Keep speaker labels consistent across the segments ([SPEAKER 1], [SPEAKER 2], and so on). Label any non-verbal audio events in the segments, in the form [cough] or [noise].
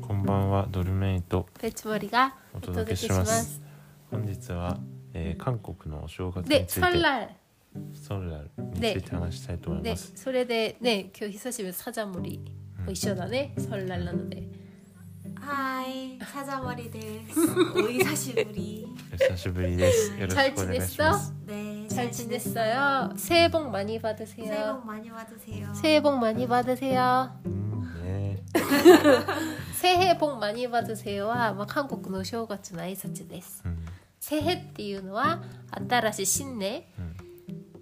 [SPEAKER 1] はドルメイと
[SPEAKER 2] ペチボリが
[SPEAKER 1] お
[SPEAKER 2] お
[SPEAKER 1] 届け
[SPEAKER 2] 届け
[SPEAKER 1] し
[SPEAKER 2] し
[SPEAKER 1] ま
[SPEAKER 2] ますす。
[SPEAKER 1] 本日は、えー韓国のお正月に
[SPEAKER 2] で、
[SPEAKER 1] つい
[SPEAKER 2] ソ
[SPEAKER 1] て
[SPEAKER 2] 랄ラ
[SPEAKER 1] ソルラルに
[SPEAKER 2] で
[SPEAKER 1] ついて話したいと思い
[SPEAKER 2] で、
[SPEAKER 1] ます。
[SPEAKER 2] それでね、今日久しぶりにサジャモリも一緒だね、ソ랄ラなので。
[SPEAKER 3] はい、サザモ
[SPEAKER 2] [laughs]
[SPEAKER 3] リです。お久しぶり。
[SPEAKER 1] お久しぶりです。よろし
[SPEAKER 2] 잘
[SPEAKER 1] くお願いします。
[SPEAKER 3] 네,
[SPEAKER 2] 잘 지냈어요? 새해 복 많이 받으세요.
[SPEAKER 3] 새해 복 많이 받으세요.
[SPEAKER 2] 새해 복 많이 받으세요.
[SPEAKER 1] うんね、
[SPEAKER 2] 새해 복 많이 받으세요와 막 한국 노쇼가츠나이사치です。
[SPEAKER 1] うん、
[SPEAKER 2] 새해 っていうのは新しい新年
[SPEAKER 1] うん、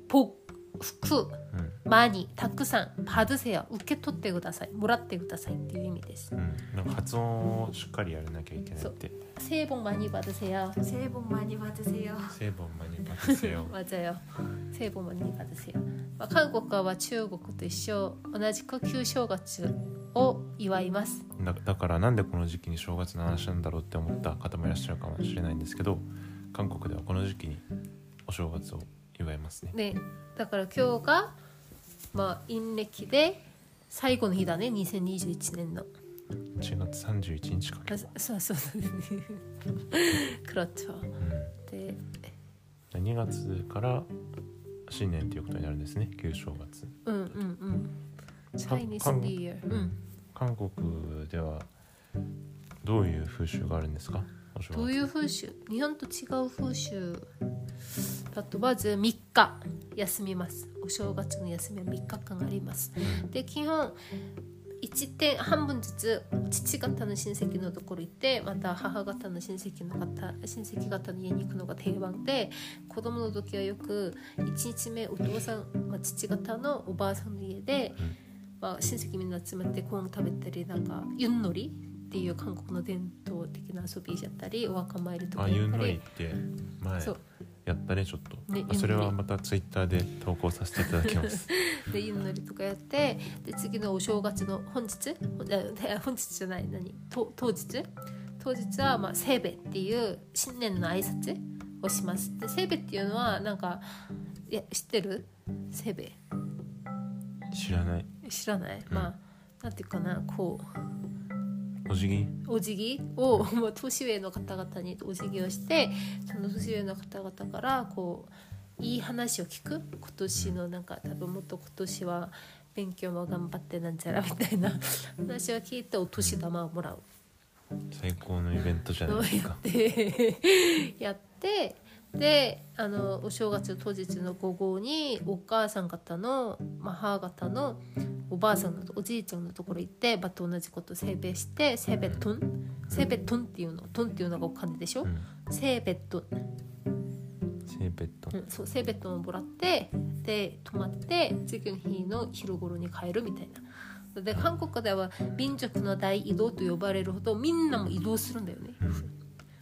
[SPEAKER 2] 복、福、
[SPEAKER 1] うん、
[SPEAKER 2] 많이、たくさん、받으세요。受け取ってください。もらってくださいっていう意味です
[SPEAKER 1] う。ん、なんか発音をしっかりやらなきゃいけないって。
[SPEAKER 2] 새해 복 많이 받으세요.
[SPEAKER 3] 새해 복 많이 받으세요.
[SPEAKER 1] セボンマニパテセヨ。
[SPEAKER 2] 맞아요. 새해 복 많이 받으세요. 막 한국과 중국도 一緒,同じく旧正月を祝います.
[SPEAKER 1] [laughs] だだからなんでこの時期に正月の話なんだろうって思った方もいらっしゃるかもしれないんですけど、韓国ではこの時期にお正月を祝いますね。
[SPEAKER 2] 네. だから今日が 막, 인暦で 最後の日だね. 2021年の.
[SPEAKER 1] 1月31日かけ。
[SPEAKER 2] 아, 소- 소- 소- [laughs] 그렇죠.
[SPEAKER 1] うん。
[SPEAKER 2] 네.
[SPEAKER 1] 2月から新年ということになるんですね旧正月
[SPEAKER 2] 응, 응, 응. 음, Chinese
[SPEAKER 1] 한-
[SPEAKER 2] New Year. 음. 응.
[SPEAKER 1] 韓国ではどういう風習があるんですかお正月
[SPEAKER 2] 도유 후슈. 일본도 違う 후슈. だとまず3日休みます。お正月の休みは3日間あります。で基本1点半分ずつ父方の親戚のところ行ってまた母方の親戚の方親戚方の家に行くのが定番で子供の時はよく1日目お父さん、まあ、父方のおばあさんの家で
[SPEAKER 1] うん、
[SPEAKER 2] まあ、親戚みんな集まってご飯食べたりなんかユンノリっていう韓国の伝統的な遊びやったりお墓参りとか
[SPEAKER 1] あ
[SPEAKER 2] や
[SPEAKER 1] ユ
[SPEAKER 2] っ
[SPEAKER 1] ン
[SPEAKER 2] た
[SPEAKER 1] ロイっ
[SPEAKER 2] り
[SPEAKER 1] て前
[SPEAKER 2] そう
[SPEAKER 1] やったねちょっと、
[SPEAKER 2] ね
[SPEAKER 1] あそれ
[SPEAKER 2] ユ
[SPEAKER 1] は
[SPEAKER 2] ン
[SPEAKER 1] またツイッターで投稿させていただきます
[SPEAKER 2] [laughs] でユンノリとかやってで次のお正月の本日 [laughs] ほえ本日じゃない何と当日当日はまあセーベっていう新年の挨拶をしますでセーベっていうのはなんかいや知ってるセーベ
[SPEAKER 1] 知らない
[SPEAKER 2] 知らない、
[SPEAKER 1] ん
[SPEAKER 2] まあなんていうかなこう
[SPEAKER 1] お辞儀
[SPEAKER 2] お辞儀を、 [laughs] まあ、年上の方々にお辞儀をしてその年上の方々からこういい話を聞く今年のなんか多分もっと今年は勉強も頑張ってなんちゃらみたいな [laughs] 話を聞いてお年玉をもらう
[SPEAKER 1] 最高のイベントじゃない
[SPEAKER 2] のを
[SPEAKER 1] です
[SPEAKER 2] や
[SPEAKER 1] か
[SPEAKER 2] って [laughs] やってであのお正月当日の午後にお母さん方の、まあ、母方のおばあさんのおじいちゃんのところ行ってバと同じことせいべしてせいべとんせいべとんっていうのとんっていうのがお金でしょ
[SPEAKER 1] うん
[SPEAKER 2] せいべとん
[SPEAKER 1] セーベット
[SPEAKER 2] うんそうせいべとんをもらってで泊まって次の日の昼頃に帰るみたいな。で韓国では民族の大移動と呼ばれるほどみんなも移動するんだよね。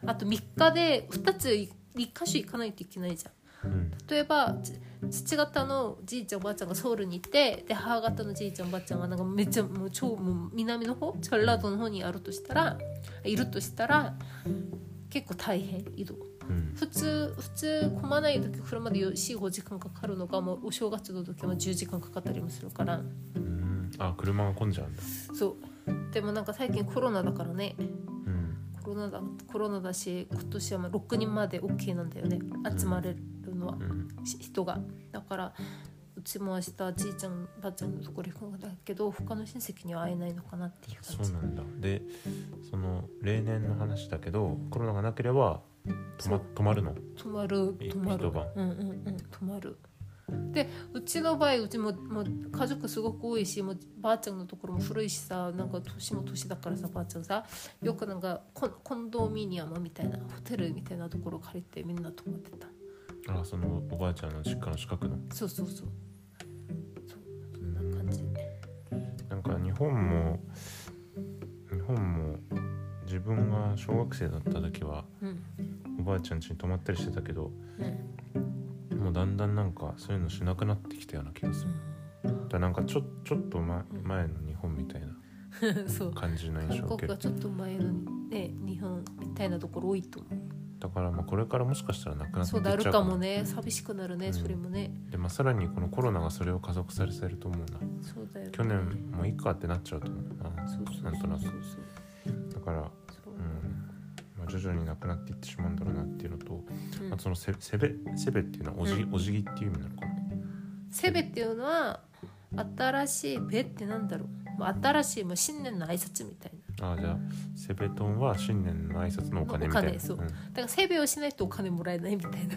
[SPEAKER 2] あと3日で2つ1箇所行かないといけないじゃん
[SPEAKER 1] うん
[SPEAKER 2] 例えばち父方のじいちゃんおばあちゃんがソウルに行ってで母方のじいちゃんおばあちゃんがなんかめっちゃもう超もう南の方チャラードの方にあるとしたらいるとしたら結構大変移動
[SPEAKER 1] うん
[SPEAKER 2] 普通普通混まない時車で45時間かかるのがもうお正月の時は10時間かかったりもするから
[SPEAKER 1] うんあ車が混んじゃうんだ
[SPEAKER 2] そうでもなんか最近コロナだからね
[SPEAKER 1] うん
[SPEAKER 2] コロナだコロナだし今年はまあ6人まで OK なんだよね集まれるのは、
[SPEAKER 1] うん
[SPEAKER 2] し人がだからうちも明日じいちゃんばあちゃんのところ行くんだけど他の親戚には会えないのかなっていう
[SPEAKER 1] そ
[SPEAKER 2] 感
[SPEAKER 1] う
[SPEAKER 2] じ
[SPEAKER 1] なんだでその例年の話だけどコロナがなければ泊ま泊まるの
[SPEAKER 2] 泊まる
[SPEAKER 1] い
[SPEAKER 2] 泊まる
[SPEAKER 1] 一晩
[SPEAKER 2] うんうんうん泊まるでうちの場合うちももう家族すごく多いしもうばあちゃんのところも古いしさなんか年も年だからさばあちゃんさよくなんかコンコンドミニアムみたいなホテルみたいなところ借りてみんな泊まってた
[SPEAKER 1] あそのおばあちゃんの実家の近くの
[SPEAKER 2] そうそうそうそうそんな感じ
[SPEAKER 1] なんか日本も日本も自分が小学生だった時は
[SPEAKER 2] うん
[SPEAKER 1] おばあちゃん家に泊まったりしてたけど
[SPEAKER 2] うん
[SPEAKER 1] もうだんだんなんかそういうのしなくなってきたような気がするだからなんかちょちょっと前前の日本みたいな
[SPEAKER 2] うんそう
[SPEAKER 1] 感じの印象を受け
[SPEAKER 2] 韓国
[SPEAKER 1] る
[SPEAKER 2] がちょっと前のね日本みたいなところ多いと思
[SPEAKER 1] だからまあこれからもしかしたらなくな
[SPEAKER 2] う
[SPEAKER 1] って
[SPEAKER 2] そう
[SPEAKER 1] い
[SPEAKER 2] な
[SPEAKER 1] っちゃ
[SPEAKER 2] る
[SPEAKER 1] うか
[SPEAKER 2] か
[SPEAKER 1] も
[SPEAKER 2] もね寂しくなるね、
[SPEAKER 1] うん
[SPEAKER 2] それもね
[SPEAKER 1] で、まあ、さらにこのコロナがそれを加速されてると思うな
[SPEAKER 2] そうだよね
[SPEAKER 1] 去年もういいかってなっちゃうと思うな
[SPEAKER 2] そうそうそう
[SPEAKER 1] なんとなく
[SPEAKER 2] そうそう
[SPEAKER 1] だかから、
[SPEAKER 2] そう
[SPEAKER 1] うんまあ、徐々になくなっていってしまうんだろうなっていうのと、
[SPEAKER 2] うん
[SPEAKER 1] まあ、そのせせべせべっていうのはおじぎ、
[SPEAKER 2] う
[SPEAKER 1] おじぎっていう意味なのかな
[SPEAKER 2] セベっていうのは新しいベってなんだろうまあ新しいまあ新年の挨拶みたいな
[SPEAKER 1] ああじゃあセベトンは新年の挨拶のお金みたいな
[SPEAKER 2] お金そう
[SPEAKER 1] うん
[SPEAKER 2] だからセベをしないとお金もらえないみたいな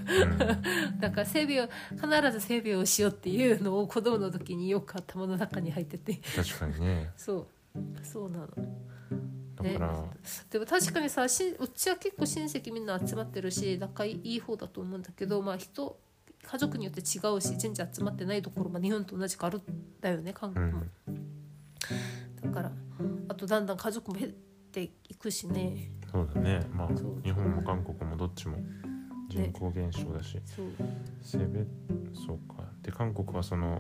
[SPEAKER 2] [laughs] だからセベを必ずセベをしようっていうのを子供の時によく頭の中に入ってて
[SPEAKER 1] 確かにね
[SPEAKER 2] そうそうなの
[SPEAKER 1] だから、
[SPEAKER 2] [laughs] ねでも確かにさしうちは結構親戚みんな集まってるし仲いい方だと思うんだけどまあ人家族によって違うし全然集まってないところも日本と同じくあるんだよね韓
[SPEAKER 1] う
[SPEAKER 2] 国も、
[SPEAKER 1] ん、
[SPEAKER 2] だからあとだんだん家族も減っていくしね
[SPEAKER 1] そうだねまあ
[SPEAKER 2] そう
[SPEAKER 1] 日本も韓国もどっちも人口減少だし、
[SPEAKER 2] そう
[SPEAKER 1] セベそうかで韓国はその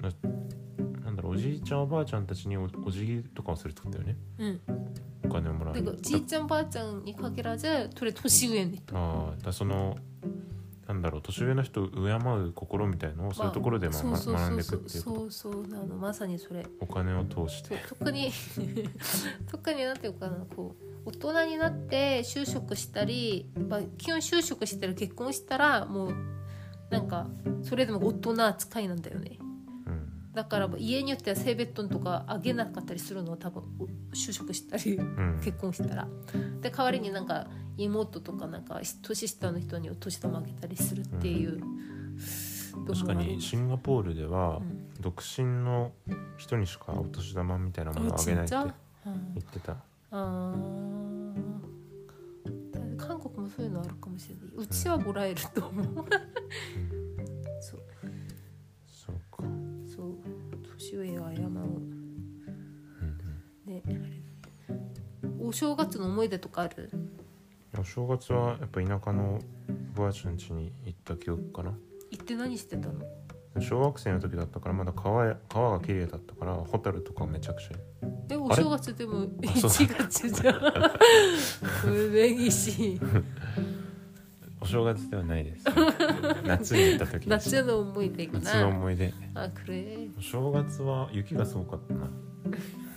[SPEAKER 1] ななんだろうおじいちゃんおばあちゃんたちにおお辞儀とかをするってことだよね
[SPEAKER 2] うん
[SPEAKER 1] お金をもらう
[SPEAKER 2] だからじいちゃんばあちゃんに限らずとりあえず年上に
[SPEAKER 1] ああだからそのなんだろう年上の人を敬う心みたいのをそういうところでまあ
[SPEAKER 2] そうそう
[SPEAKER 1] ま学ん
[SPEAKER 2] そう
[SPEAKER 1] でいくって
[SPEAKER 2] そう
[SPEAKER 1] いうこと
[SPEAKER 2] そうそうなのまさにそれ
[SPEAKER 1] お金を通し
[SPEAKER 2] そう
[SPEAKER 1] て
[SPEAKER 2] 特に [laughs] 特になんていうかなこう大人になって就職したり、まあ、基本就職したり結婚したらもうなんかそれでも大人扱いなんだよね
[SPEAKER 1] うん
[SPEAKER 2] だからもう家によっては性別トンとかあげなかったりするの多分お就職したり
[SPEAKER 1] うん
[SPEAKER 2] 結婚したらで代わりになんか妹とかなんか年下の人にお年玉あげたりするっていう、どう
[SPEAKER 1] 確かにシンガポールでは
[SPEAKER 2] うん
[SPEAKER 1] 独身の人にしかお年玉みたいなものをあげないって
[SPEAKER 2] あ
[SPEAKER 1] 言
[SPEAKER 2] ちっちゃうん
[SPEAKER 1] ってた
[SPEAKER 2] あー韓国もそういうのあるかもしれないうちはもらえると思うそう
[SPEAKER 1] そうか
[SPEAKER 2] そう年上は謝る
[SPEAKER 1] うん
[SPEAKER 2] ねあれお正月の思い出とかある
[SPEAKER 1] うんお正月はやっぱ田舎のおばあちゃん家に行った記憶かな
[SPEAKER 2] 行って何してたの
[SPEAKER 1] 小学生の時だったからまだ川や川が綺麗だったからホタルとかめちゃくちゃ
[SPEAKER 2] えお正月でも
[SPEAKER 1] あそう
[SPEAKER 2] 1月じゃん無名義
[SPEAKER 1] [laughs] お正月ではない [laughs] です夏に行った時です
[SPEAKER 2] 夏の思い出か
[SPEAKER 1] 夏の
[SPEAKER 2] な
[SPEAKER 1] 思い出
[SPEAKER 2] あくれ
[SPEAKER 1] お正月は雪がすごかったな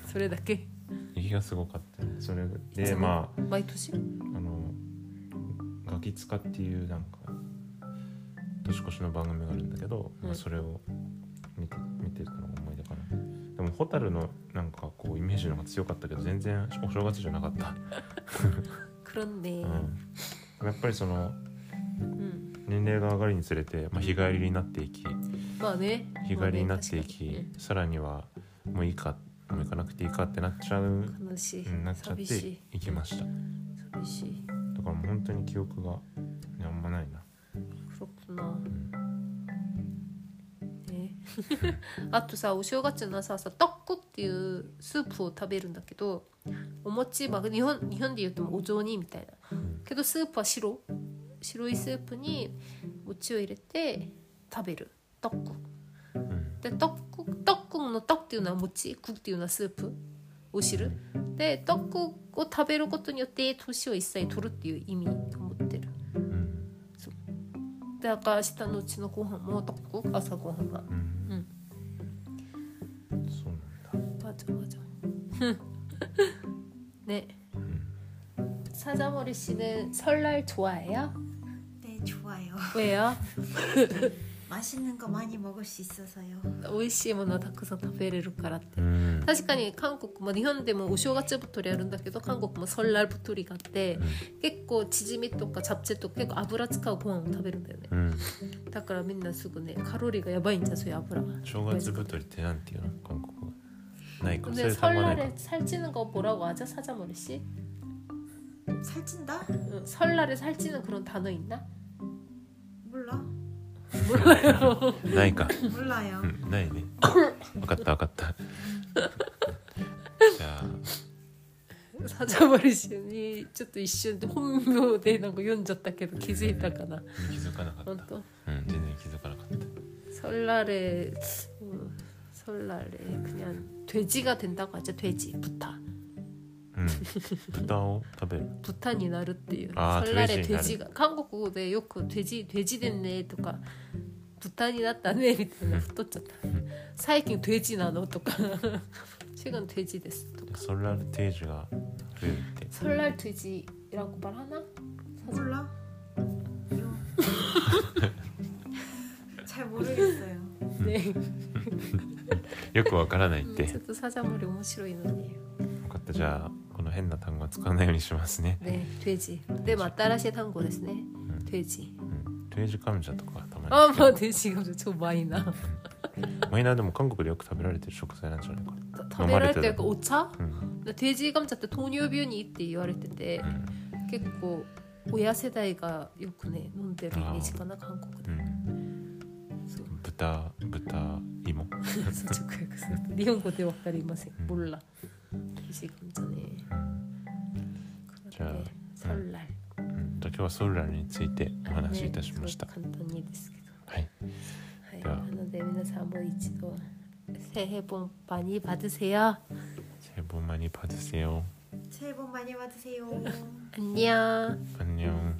[SPEAKER 2] それだけ
[SPEAKER 1] 雪がすごかったねそれ
[SPEAKER 2] いつ
[SPEAKER 1] で
[SPEAKER 2] も
[SPEAKER 1] まあ
[SPEAKER 2] 毎年
[SPEAKER 1] あのガキ使っていうなんか年越しの番組があるんだけど、ま
[SPEAKER 2] う
[SPEAKER 1] あ、
[SPEAKER 2] ん
[SPEAKER 1] それを見て見てたのが思い出かなでもホタルのなんかこうイメージの方が強かったけど全然お正月じゃなかった、
[SPEAKER 2] くるんで
[SPEAKER 1] うん、やっぱりその
[SPEAKER 2] うん
[SPEAKER 1] 年齢が上がるにつれて、まあ、日帰りになっていき
[SPEAKER 2] まあね
[SPEAKER 1] 日帰りになってい
[SPEAKER 2] まあね
[SPEAKER 1] き
[SPEAKER 2] 確
[SPEAKER 1] さらにはもういいかもう行かなくていいかってなっちゃう
[SPEAKER 2] かにうん悲しい
[SPEAKER 1] うんなっちゃって
[SPEAKER 2] 寂しい
[SPEAKER 1] 行きましただ
[SPEAKER 2] 寂しい
[SPEAKER 1] からもう本当に記憶が、ね、あんまないな、
[SPEAKER 2] 그렇구나.
[SPEAKER 1] うん、
[SPEAKER 2] 네. [laughs] 아 또 사, 오쇼가츠 나사서 떡국 っていうスープを食べるんだけど、お餅まあ日本日本で言うとお雑煮みたいな。けどスープは白白いスープに餅を入れて食べる떡국
[SPEAKER 1] うん
[SPEAKER 2] で떡국떡국の떡っていうのは餅、국っていうのはスープ、お汁。で떡국を食べることによって年を一切取るっていう意味を持ってる。
[SPEAKER 1] うん
[SPEAKER 2] だから明日のうちのご飯も떡국朝ご飯が。
[SPEAKER 1] うんうんそうなんだ
[SPEAKER 2] 맞아 맞아. 네. 사자머리 씨는 설날 좋아해요?
[SPEAKER 3] 네, 좋아요.
[SPEAKER 2] 왜요?
[SPEAKER 3] 맛있는 거 많이 먹을 수 있어서요.
[SPEAKER 2] 美味しいものはたくさん食べれるからって
[SPEAKER 1] う。ん
[SPEAKER 2] 確かに韓国も日本でもお正月太りあるんだけど韓国もソラル太りがあって結構チヂミとかチャプチェとか結構油使うご飯を食べるんだよね
[SPEAKER 1] うん
[SPEAKER 2] だからみんなすぐねカロリーがやばいんじゃんそういう油が
[SPEAKER 1] 正月太りってなんていうの韓国語ないかそ
[SPEAKER 2] で
[SPEAKER 1] れ
[SPEAKER 2] 설
[SPEAKER 1] 単語な
[SPEAKER 2] 날
[SPEAKER 1] いか
[SPEAKER 2] 에살찌는거뭐라고하죠사자머리씨
[SPEAKER 3] 살찐다?
[SPEAKER 2] 응설날에살찌는그런단어있나
[SPEAKER 3] 몰라.
[SPEAKER 2] 몰라요
[SPEAKER 1] ないか
[SPEAKER 3] 몰라요.
[SPEAKER 1] うんないねわかったわかった [laughs] じゃあ
[SPEAKER 2] 사자머리 씨니 ちょっと一瞬で本名でなんか読んじゃったけど気づいたかな
[SPEAKER 1] 気づかなかった
[SPEAKER 2] 本当
[SPEAKER 1] うん全然気づかなかった
[SPEAKER 2] 설날에 음, 설날에 그냥 돼지가 된다고 하죠 돼지 부타
[SPEAKER 1] うん豚を食べる
[SPEAKER 2] 부탄이 나르っていう
[SPEAKER 1] 아,
[SPEAKER 2] 설날에
[SPEAKER 1] 돼지 나르.
[SPEAKER 2] 그 돼지가 한국어로 よく 돼지 돼지 됐네 とか豚になったねみたいな
[SPEAKER 1] うん
[SPEAKER 2] 太っちゃった
[SPEAKER 1] ん
[SPEAKER 2] 最近돼지なのとか [laughs] 최근 돼지 됐어 또
[SPEAKER 1] ソルラルテージが増えるって
[SPEAKER 2] 설날 돼지라고 말하나?
[SPEAKER 3] 몰라? [laughs] 잘 모르겠어요.
[SPEAKER 2] 네
[SPEAKER 1] よくわからないっ
[SPEAKER 2] 음,
[SPEAKER 1] て
[SPEAKER 2] 저도 사자머리 面白い 논이에요
[SPEAKER 1] 分かったじゃあこの変な単語は使わないようにしますね、
[SPEAKER 2] 네 돼지 음. 네 맞다라시 한거 ですね
[SPEAKER 1] うん、
[SPEAKER 2] 돼지
[SPEAKER 1] うんレイジカムジャとかたまに
[SPEAKER 2] 아 뭐 돼지 가저 많이 나
[SPEAKER 1] マイナーでも韓国でよく食べられてる食材なんじゃないかな
[SPEAKER 2] 타베랄 때 약간 오차?
[SPEAKER 1] うん、
[SPEAKER 2] 근데 돼지 감자 때 동료변이 있대 言われてて 음. 結構親世代がよくね飲んでるイメージかな韓国
[SPEAKER 1] う
[SPEAKER 2] で。
[SPEAKER 1] んうん、
[SPEAKER 2] そう
[SPEAKER 1] 豚豚芋
[SPEAKER 2] 저쪽 그래서 일본어 대화 가리마세 몰라. 돼지 감자네. 음.
[SPEAKER 1] じゃあ
[SPEAKER 2] 그런데 설날.
[SPEAKER 1] うんじゃあ今日はソルラルについてお話しいたしました、
[SPEAKER 2] 간단히 됐습니다.
[SPEAKER 1] はい、
[SPEAKER 2] 네,
[SPEAKER 1] 야.
[SPEAKER 2] 하는데皆さんも一度 새해 복 많이 받으세요.
[SPEAKER 1] 새해 복 많이 받으세요.
[SPEAKER 3] 새해 복 많이 받으세요.
[SPEAKER 2] 안녕.
[SPEAKER 1] 안녕.